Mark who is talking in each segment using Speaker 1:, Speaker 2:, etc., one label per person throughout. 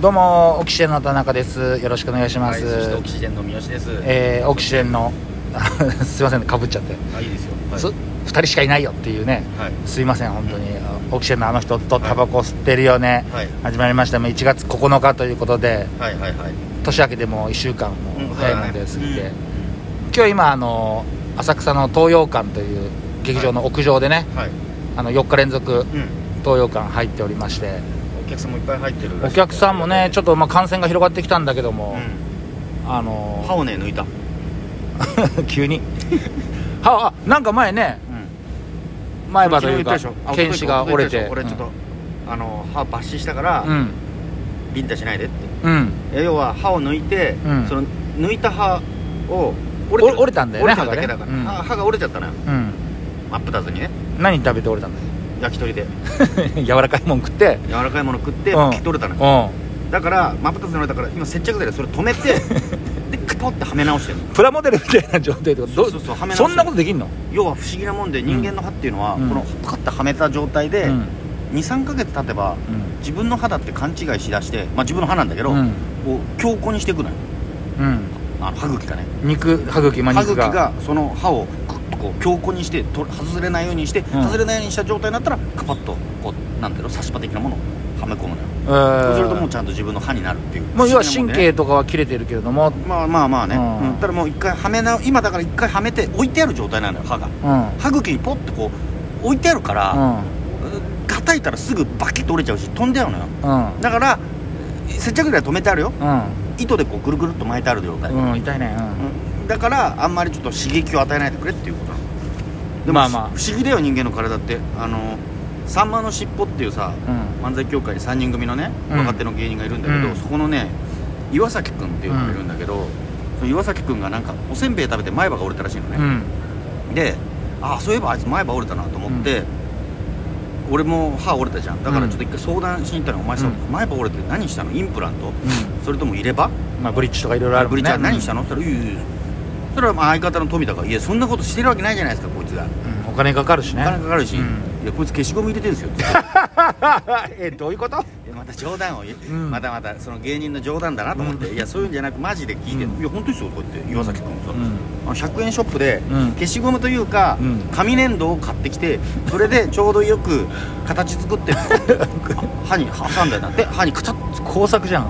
Speaker 1: どうもオキシエンの田中ですよろしくお願いしま
Speaker 2: はい、
Speaker 1: す、
Speaker 2: そしてオキシデンの三好です。
Speaker 1: えーオキシエンの すいませんかぶっちゃって、
Speaker 2: あ、いいですよ。はい。
Speaker 1: そ2人しかいないよっていうね
Speaker 2: はい。
Speaker 1: すいません本当に、オキシエンのあの人とタバコ吸ってるよね、
Speaker 2: はい。
Speaker 1: 始まりましたもう1月9日ということで
Speaker 2: はい。はい。はい。
Speaker 1: 年明けでもう1週間
Speaker 2: う
Speaker 1: も
Speaker 2: ん
Speaker 1: 早いもんで過ぎて、
Speaker 2: はい
Speaker 1: 今日今あの浅草の東洋館という劇場の屋上でね、
Speaker 2: はい。
Speaker 1: あの4日連続
Speaker 2: うん。
Speaker 1: 東洋館入っておりまして
Speaker 2: お客さんもいっぱい入ってるらしい。
Speaker 1: お客さんもねちょっとまあ感染が広がってきたんだけど
Speaker 2: う
Speaker 1: も、
Speaker 2: ん。
Speaker 1: あ
Speaker 2: 歯
Speaker 1: の
Speaker 2: をね、抜いた。う ん。
Speaker 1: 急にはあなんか前ね前歯というか
Speaker 2: 昨日言ったでしょあ
Speaker 1: 剣士が折れて
Speaker 2: 俺ちょっと、あの、歯抜歯したから
Speaker 1: う、ん
Speaker 2: ビンタしないでって。
Speaker 1: うん
Speaker 2: え要は、歯を抜いて
Speaker 1: うん、
Speaker 2: その、抜いた歯を、
Speaker 1: 折折れたんだよね
Speaker 2: 折れただけだか
Speaker 1: 歯がねうん
Speaker 2: ら。あ歯が折れちゃったのよ。
Speaker 1: うん
Speaker 2: 真っ二つにね。
Speaker 1: 何食べて折れたんだ
Speaker 2: 焼き鳥で。
Speaker 1: よ 柔らかいもん食って
Speaker 2: 柔らかいもの食って、
Speaker 1: うん
Speaker 2: 切って折れたの
Speaker 1: う
Speaker 2: よ
Speaker 1: ん。あ
Speaker 2: だから、真っ二つに折れたから、今接着剤でそれ止めて、 で、クポってはめ直してるの。
Speaker 1: プラモデルみたいな状態とかど
Speaker 2: そうそうそうはめ直して
Speaker 1: そんなことできんの、
Speaker 2: 要は不思議なもんで人間の歯っていうのは、
Speaker 1: うん
Speaker 2: このパカッとはめた状態
Speaker 1: う
Speaker 2: で、
Speaker 1: ん
Speaker 2: 23か月経てば
Speaker 1: うん
Speaker 2: 自分の歯だって勘違いしだして、まあ、自分の歯なんだけど、
Speaker 1: うん
Speaker 2: こう強固にしていくのよ
Speaker 1: うん
Speaker 2: あの歯茎がね
Speaker 1: 肉歯茎まあ
Speaker 2: 歯
Speaker 1: 肉
Speaker 2: 茎
Speaker 1: が
Speaker 2: がその歯をグッとこう強固にしてと外れないようにして、
Speaker 1: ん
Speaker 2: 外れないようにした状態になったらカパッとこうなんだろう差し歯的なものをはめ込むのよ
Speaker 1: え
Speaker 2: そう
Speaker 1: ー
Speaker 2: するともうちゃんと自分の歯になるっていう
Speaker 1: もう要は
Speaker 2: 不思
Speaker 1: 神
Speaker 2: 議なもんで
Speaker 1: 経
Speaker 2: ね
Speaker 1: とかは切れてるけれども
Speaker 2: まあまあまあね、
Speaker 1: うん
Speaker 2: うんただもう一回はめな今だから一回はめて置いてある状態なのよ歯が
Speaker 1: うんうん
Speaker 2: 歯茎にポッてこう置いてあるから、叩いたらすぐバキッと折れちゃうし飛んじゃうのよ
Speaker 1: うん
Speaker 2: だから接着剤は止めてあるよ
Speaker 1: う
Speaker 2: 糸でこうぐるぐるっと巻いてある状態、
Speaker 1: んうん痛いね
Speaker 2: うんだからあんまりちょっと刺激を与えないでくれっていうことなのでも
Speaker 1: まあまあ
Speaker 2: 不思議だよ人間の体ってあの「さんまのしっぽ」っていうさ
Speaker 1: うんうん
Speaker 2: 漫才協会に3人組のね
Speaker 1: うん
Speaker 2: 若手の芸人がいるんだけど、
Speaker 1: うん
Speaker 2: そこのね岩崎君っていうのがいるんだけど、その岩崎君がなんかおせんべい食べて前歯が折れたらしいのね、
Speaker 1: うん
Speaker 2: でああそういえばあいつ前歯折れたなと思って、俺も歯折れたじゃんだからちょっと一回相談しに行ったら、お前
Speaker 1: う
Speaker 2: さ、
Speaker 1: ん
Speaker 2: 前歯折れて何したのインプラントそれとも入れ歯
Speaker 1: うんまあブリッジとかいろいろあるもん
Speaker 2: ブリ
Speaker 1: ね
Speaker 2: ちゃん何したのって言ったら「いやいやいやそれはまあ相方の富田が「いやそんなことしてるわけないじゃないですかこいつが
Speaker 1: うんお金かかるし
Speaker 2: お
Speaker 1: ね
Speaker 2: 金かかるし、
Speaker 1: うん
Speaker 2: いやこいつ消しゴム入れてるんですよ」ってい
Speaker 1: えどういうこと
Speaker 2: やまた冗談を、
Speaker 1: ん
Speaker 2: またまたその芸人の冗談だなと思って、いやそういうんじゃなくマジで聞いて、
Speaker 1: うん
Speaker 2: いや本当ですよこうやって岩崎君もさ、
Speaker 1: うん
Speaker 2: あの100円ショップで
Speaker 1: うん
Speaker 2: 消しゴムというか、
Speaker 1: うん
Speaker 2: 紙粘土を買ってきてそれでちょうどよく形作って 歯に挟んだんだって歯にカチャッ
Speaker 1: 工作じゃん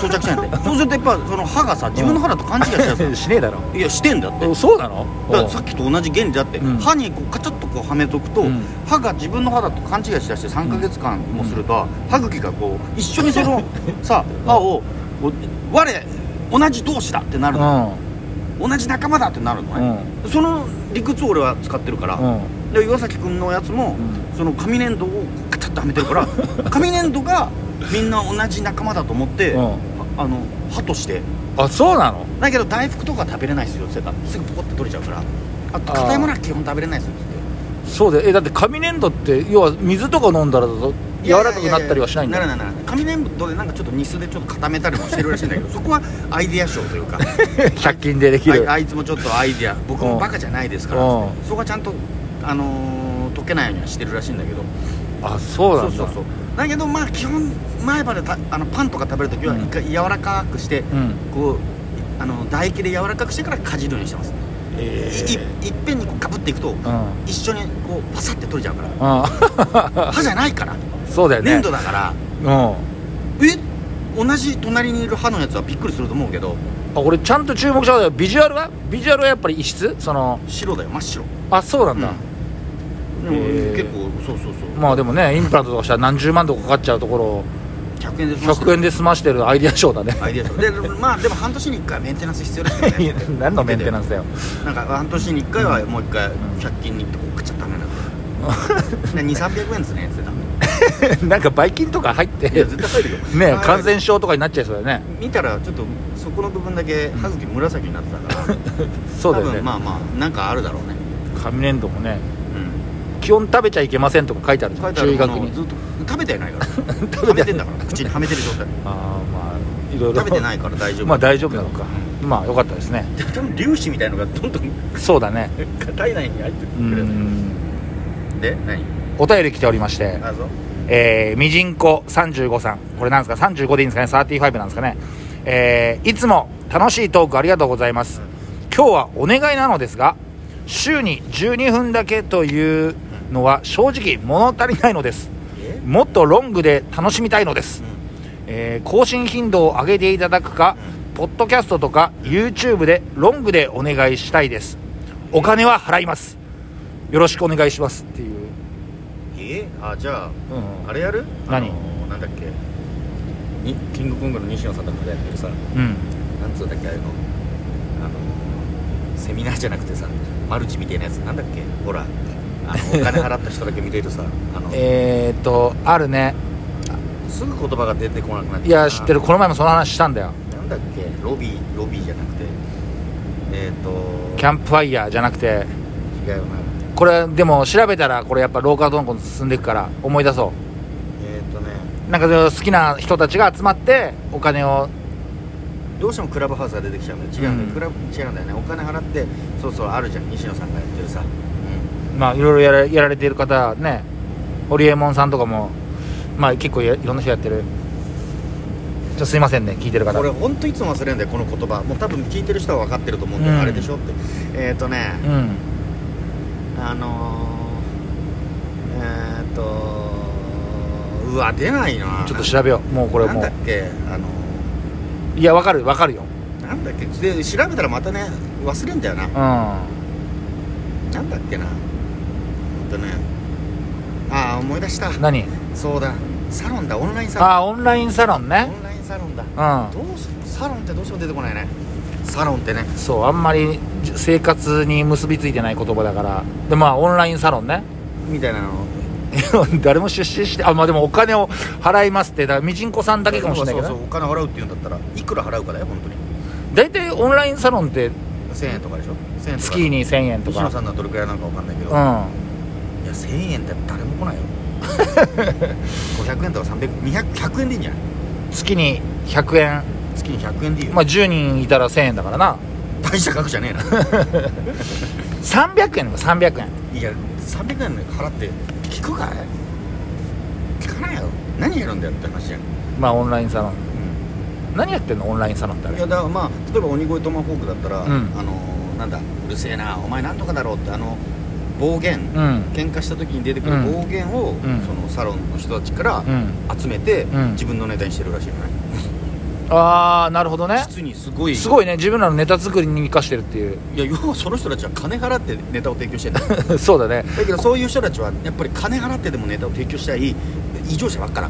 Speaker 2: そう装着しないんだってそうするとやっぱその歯がさ自分の歯だと勘違いしち ゃうさ
Speaker 1: しねえだろ
Speaker 2: いやしてんだって
Speaker 1: おそうなの
Speaker 2: だからさっきと同じ原理だって、
Speaker 1: うん
Speaker 2: 歯にこうカチャッとこうはめとくと、
Speaker 1: うん
Speaker 2: 歯が自分の歯だと勘違いしだして3か月間もすると、歯茎がこう一緒にその さ歯をこう我同じ同士だってなるの、同じ仲間だってなるのね、その理屈を俺は使ってるから、
Speaker 1: うんうん
Speaker 2: で岩崎君のやつ
Speaker 1: う
Speaker 2: も、
Speaker 1: ん
Speaker 2: その紙粘土をカチャッとはめてるから 紙粘土がみんな同じ仲間だと思って、
Speaker 1: うん
Speaker 2: ああの歯として
Speaker 1: あそうなの
Speaker 2: だけど大福とか食べれないですよって言ってたすぐポコって取れちゃうからあと硬いものは基本食べれないですよって言って
Speaker 1: そうでえだって紙粘土って要は水とか飲んだらだと柔らかくなったりはしないんだ
Speaker 2: ならないならない紙粘土でなんかちょっとニスでちょっと固めたりもしてるらしいんだ けどそこはアイデア賞というか
Speaker 1: 100均でできる
Speaker 2: ああいつもちょっとアイデア僕もバカじゃないですから
Speaker 1: うん
Speaker 2: そこはちゃんとあのー溶けないようにはしてるらしいんだけど
Speaker 1: あそうなんだ
Speaker 2: そうそうだけどまあ基本前歯でたあのパンとか食べるときは
Speaker 1: うん
Speaker 2: 一回柔らかくして、
Speaker 1: うん
Speaker 2: こうあの唾液で柔らかくしてからかじるようにしてます、
Speaker 1: え
Speaker 2: いいいっぺんにこうかぶっていくと
Speaker 1: うん
Speaker 2: 一緒にこうパサって取れちゃうから
Speaker 1: う
Speaker 2: 歯じゃないから
Speaker 1: ん そうだよね
Speaker 2: 粘土だから
Speaker 1: うんあ
Speaker 2: え同じ隣にいる歯のやつはびっくりすると思うけど
Speaker 1: 俺ちゃんと注目したことだよビジュアルはビジュアルはやっぱり異質その
Speaker 2: 白だよ真っ白
Speaker 1: あそうなんだ、
Speaker 2: うんでも
Speaker 1: へー
Speaker 2: 結構そうそうそう
Speaker 1: まあでもねインプラントとかしたら何十万とかかかっちゃうところを
Speaker 2: 100円で済ませて
Speaker 1: 100円で済ましてるアイデア賞だね
Speaker 2: アイデアでしょでまあでも半年に1回メンテナンス必要ですけどね
Speaker 1: 何のメンテナンスだよ
Speaker 2: なんか半年に1回はもう1回100均に行ってこう食っちゃダメなん だよ2300円ですねっつって た
Speaker 1: なんかばい菌とか入って
Speaker 2: いや絶対入るよ
Speaker 1: ね
Speaker 2: あ
Speaker 1: 感染症とかになっちゃいそうだよね
Speaker 2: 見たらちょっとそこの部分だけ歯茎紫になってたから
Speaker 1: そうだ
Speaker 2: 多
Speaker 1: よね、
Speaker 2: 分まあまあなんかあるだろうね
Speaker 1: 紙粘土もね
Speaker 2: うん
Speaker 1: 基本食べちゃいけませんとか書いてあるじゃ
Speaker 2: 書
Speaker 1: ん
Speaker 2: いてあ
Speaker 1: 注意
Speaker 2: る
Speaker 1: 学
Speaker 2: ものを
Speaker 1: に
Speaker 2: ずっと食べてないか ら
Speaker 1: 食
Speaker 2: 食
Speaker 1: べ
Speaker 2: べ
Speaker 1: て
Speaker 2: てんだから口にはめてる状 態
Speaker 1: ああまあいろいろ
Speaker 2: 食べてないから大丈夫
Speaker 1: まあ大丈夫なのかまあよかったですね
Speaker 2: でも多分粒子みたいのがどんどん
Speaker 1: そうだね
Speaker 2: 体内に入って
Speaker 1: う
Speaker 2: くるよね
Speaker 1: ん
Speaker 2: で何
Speaker 1: お便り来ておりまして
Speaker 2: あそう
Speaker 1: えー、みじんこ35さんこれなんですか35でいいんですかね35なんですかねえーいつも楽しいトークありがとうございます今日はお願いなのですが週に12分だけというのは正直物足りないのです
Speaker 2: え
Speaker 1: もっとロングで楽しみたいのです、えー更新頻度を上げていただくか、ポッドキャストとか YouTube でロングでお願いしたいですお金は払いますよろしくお願いしますっていう、
Speaker 2: えあじゃあ
Speaker 1: うん
Speaker 2: あれやる
Speaker 1: 何
Speaker 2: あのなんだっけにキングコングの西野さんとかがやってるさ
Speaker 1: うん、
Speaker 2: なんつうんだっけあれのあのセミナーじゃなくてさマルチみたいなやつなんだっけほらあのお金払った人だけ見れるさあ の
Speaker 1: えー、っとあるね
Speaker 2: すぐ言葉が出てこなくなっちゃう
Speaker 1: いや知ってるこの前もその話したんだよ
Speaker 2: なんだっけロビーロビーじゃなくてえっ、ー、と
Speaker 1: キャンプファイヤーじゃなくて
Speaker 2: 違うな
Speaker 1: これでも調べたらこれやっぱ廊下どんどん進んでいくから思い出そ
Speaker 2: えっ、ー、とね
Speaker 1: うなんかそういう好きな人たちが集まってお金を
Speaker 2: どうしてもクラブハウスが出てきちゃうんだよ違うんだよ、
Speaker 1: うん
Speaker 2: クラブ違うんだよねお金払ってそうそうあるじゃん西野さんがやってるさ、う
Speaker 1: まあいろいろやらやられている方ねホリエモンさんとかもまあ結構やいろんな人やってるちょすいませんね聞いてる
Speaker 2: ん、
Speaker 1: 方
Speaker 2: 俺ほんといつも忘れんだよこの言葉もう多分聞いてる人は分かってると思うんだよ、
Speaker 1: うん
Speaker 2: あれでしょってえっ、ー、とね
Speaker 1: うん
Speaker 2: あのー、えっ、ー、とうわ出ないな
Speaker 1: ちょっと調べようもうこれ
Speaker 2: なん
Speaker 1: も
Speaker 2: だっけあの
Speaker 1: ういやわかるわかるよ
Speaker 2: ーなんだっけで調べたらまたね忘れんだよな
Speaker 1: うん
Speaker 2: なんだっけなえっとねああ思い出した
Speaker 1: 何
Speaker 2: そうだサロンだオンラインサロン
Speaker 1: あオンラインサロン
Speaker 2: オ
Speaker 1: ね
Speaker 2: ンラインサロンだ
Speaker 1: うん
Speaker 2: どうしサロンってどうしても出てこないねサロンってね
Speaker 1: そうあんまりじ生活に結びついてない言葉だからでまあオンラインサロンね
Speaker 2: みたいなの
Speaker 1: 誰も出資してあまあでもお金を払いますってだからみじんこさんだけかもしれないけど
Speaker 2: そう
Speaker 1: ね
Speaker 2: そうお金払うって言うんだったらいくら払うかだよ本当に
Speaker 1: 大体オンラインサロンって
Speaker 2: 1000円とかでしょ1000円とか
Speaker 1: 月に1000円と
Speaker 2: 西野
Speaker 1: か
Speaker 2: さんのどれくらいなんかわかんないけど、
Speaker 1: う
Speaker 2: いや
Speaker 1: ん
Speaker 2: 1000円って誰も 来ないよ500円とか300200円でいいんじゃない
Speaker 1: 月に100円
Speaker 2: 月に100円でいいよ、
Speaker 1: まあ10人いたら1000円だからな
Speaker 2: 大した額じゃねえな
Speaker 1: 300円だ300円
Speaker 2: いや300円払って聞くかい聞かないよ何やるんだよって話じゃん、
Speaker 1: まあオンラインサロン何やってんのオンラインサロンってあ
Speaker 2: い
Speaker 1: れ
Speaker 2: やだからまあ例えば鬼越トマホークだった
Speaker 1: う
Speaker 2: ら、
Speaker 1: ん
Speaker 2: あのーなんだうるせえなお前なんとかだろうってあの暴言、
Speaker 1: うん
Speaker 2: 喧嘩した時に出てく
Speaker 1: う
Speaker 2: る
Speaker 1: ん
Speaker 2: 暴言を、
Speaker 1: ん
Speaker 2: そのサロンの人たちから
Speaker 1: うん
Speaker 2: 集めて、
Speaker 1: うん
Speaker 2: 自分のネタにしてるらしいよね、
Speaker 1: ああなるほどね
Speaker 2: 実にすごい
Speaker 1: すごいね自分らのネタ作りに生かしてるって いう
Speaker 2: いや要はその人たちは金払ってネタを提 供してんだだ
Speaker 1: そうだね
Speaker 2: けどそういう人たちはやっぱり金払ってでもネタを提供したい異常者ばっか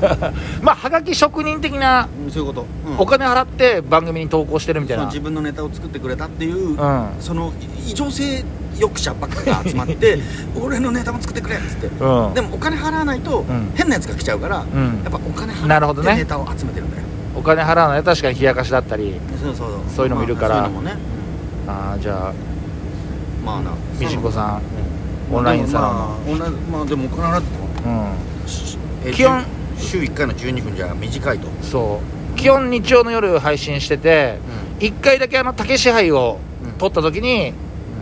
Speaker 2: だから
Speaker 1: まあはがき職人的な
Speaker 2: うんそういうこと、うん
Speaker 1: お金払って番組に投稿してるみたい
Speaker 2: そ
Speaker 1: な
Speaker 2: の自分のネタを作ってくれたっていう、
Speaker 1: う
Speaker 2: その異常性欲者ばっかが集まって 俺のネタも作ってくれっつって、
Speaker 1: ん、うん、
Speaker 2: でもお金払わないと
Speaker 1: ん
Speaker 2: 変なやつが来ちゃうから、
Speaker 1: ん
Speaker 2: やっぱお金
Speaker 1: なるほ
Speaker 2: 払
Speaker 1: ど
Speaker 2: って
Speaker 1: ね
Speaker 2: ネタを集めてるんだよ、
Speaker 1: お金払うのは確かに冷やかしだったり
Speaker 2: そうそうそう
Speaker 1: そういうのもいるから
Speaker 2: まあそういうのもね
Speaker 1: ああじゃあ
Speaker 2: まあな
Speaker 1: みじんこ
Speaker 2: ん
Speaker 1: さオンラインサロンの
Speaker 2: ンまあオンラインまあでもお金払っても
Speaker 1: ん
Speaker 2: えー
Speaker 1: 基本
Speaker 2: 週1回の12分じゃ短いと、
Speaker 1: うんそう基本日曜の夜配信してて1回だけあの竹支配を取った時に、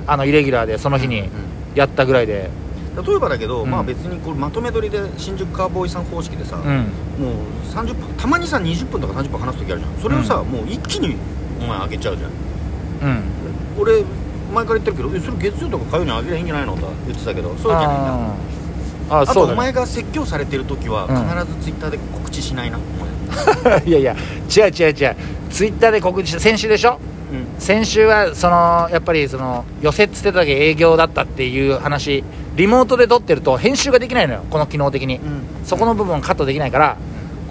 Speaker 1: あのイレギュラーでその日にやったぐらいで
Speaker 2: うん例えばだけど、
Speaker 1: うん
Speaker 2: まあ別にこれまとめ撮りで新宿カーボーイさん方式でさ、
Speaker 1: うん、
Speaker 2: もう30分たまにさ20分とか30分話す時あるじゃんそれをさ、もう一気にお前上げちゃうじゃん
Speaker 1: うん、
Speaker 2: 俺前から言ってるけどえそれ月曜とか火曜に上げりゃいいんじゃないのとか言ってたけどそうじゃないんだ
Speaker 1: あーあ
Speaker 2: あ
Speaker 1: ー
Speaker 2: と
Speaker 1: そう
Speaker 2: お
Speaker 1: だ、ね、
Speaker 2: 前が説教されてる時は
Speaker 1: うん
Speaker 2: 必ずツイッターで告知しないな、お前
Speaker 1: いやいや違う違う違うツイッターで告知して先週でしょ先週はそのやっぱりその寄せっつってただけ営業だったっていう話リモートで撮ってると編集ができないのよこの機能的に、
Speaker 2: うん
Speaker 1: そこの部分カットできないから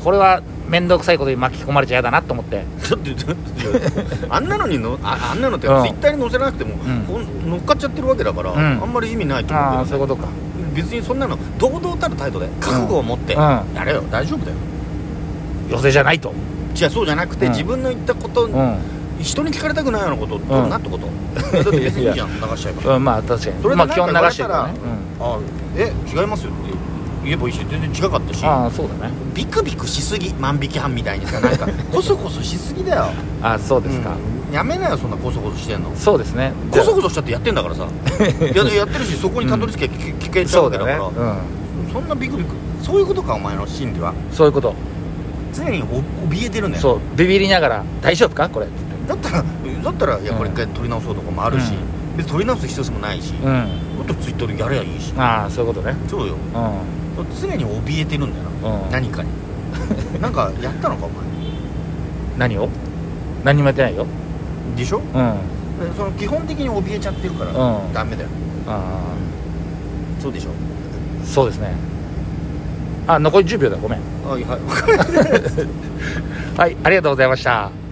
Speaker 1: これは面倒くさいことに巻き込まれちゃ嫌だなと思って
Speaker 2: だって だってあんなのにのああんなのってツイ
Speaker 1: うん
Speaker 2: ッターに載せなくても、
Speaker 1: ん
Speaker 2: こん乗っかっちゃってるわけだから、
Speaker 1: うん
Speaker 2: あんまり意味ないと思
Speaker 1: あ
Speaker 2: う
Speaker 1: あ
Speaker 2: け
Speaker 1: そうい
Speaker 2: ど
Speaker 1: うことか
Speaker 2: 別にそんなの堂々たる態度で覚悟を持って
Speaker 1: うん
Speaker 2: やれよ大丈夫だよ
Speaker 1: 寄せじゃないと
Speaker 2: 違うそうじゃなくて、
Speaker 1: うん
Speaker 2: 自分の言ったこと、
Speaker 1: うん、
Speaker 2: 人に聞かれたくないようなことを取るなってこと、いやだって別にいい じゃん流しちゃえば
Speaker 1: うん、まあ確かに
Speaker 2: それで
Speaker 1: まあ
Speaker 2: なん
Speaker 1: 基本
Speaker 2: か言
Speaker 1: 流
Speaker 2: われ
Speaker 1: して
Speaker 2: た
Speaker 1: る
Speaker 2: ら、
Speaker 1: からね、うん
Speaker 2: あえ違いますよって言えばいいし全然違かったし
Speaker 1: ああそうだね
Speaker 2: ビクビクしすぎ万引き犯みたいにさな んかコソコソしすぎだよ
Speaker 1: ああそうですか、
Speaker 2: うんやめなよそんなコソコソしてんの
Speaker 1: そうですね
Speaker 2: コソコソしちゃってやってん だからさややってるしそこにたどり着け、聞けちゃう
Speaker 1: そ
Speaker 2: わ
Speaker 1: う
Speaker 2: け
Speaker 1: だ
Speaker 2: だから
Speaker 1: ね、
Speaker 2: そんなビクビクそういうことかお前の心理は
Speaker 1: そういうこと
Speaker 2: 常にお怯えてるんだよ
Speaker 1: そうビビりながら大丈夫かこれっつって
Speaker 2: だったらだったらいやこれ一回取り直そうとかもあるし、
Speaker 1: う
Speaker 2: 別に取り直す必要性もないし、
Speaker 1: う
Speaker 2: も
Speaker 1: ん
Speaker 2: っとツイッターでやればいいし
Speaker 1: ああそういうことね
Speaker 2: そうよ
Speaker 1: う
Speaker 2: 常に怯えてるんだよな、
Speaker 1: うん
Speaker 2: 何かに なんかやったのかお前
Speaker 1: ん何を何もやってないよ
Speaker 2: でしょ
Speaker 1: うんあ
Speaker 2: その基本的に怯えちゃってるか
Speaker 1: う
Speaker 2: ら、
Speaker 1: ん
Speaker 2: ダメだよ
Speaker 1: あ
Speaker 2: そうでしょ
Speaker 1: そうですねあ残り10秒だごめん
Speaker 2: あはいはい
Speaker 1: はいありがとうございました